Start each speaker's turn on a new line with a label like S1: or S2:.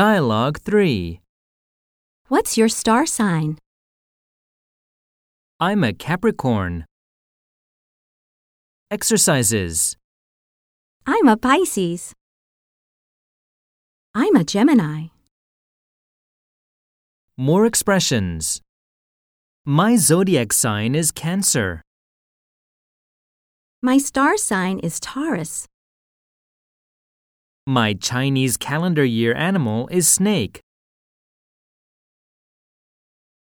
S1: Dialogue 3.
S2: What's your star sign?
S1: I'm a Capricorn. Exercises.
S2: I'm a Pisces. I'm a Gemini.
S1: More expressions. My zodiac sign is Cancer.
S2: My star sign is Taurus.
S1: My Chinese calendar year animal is snake.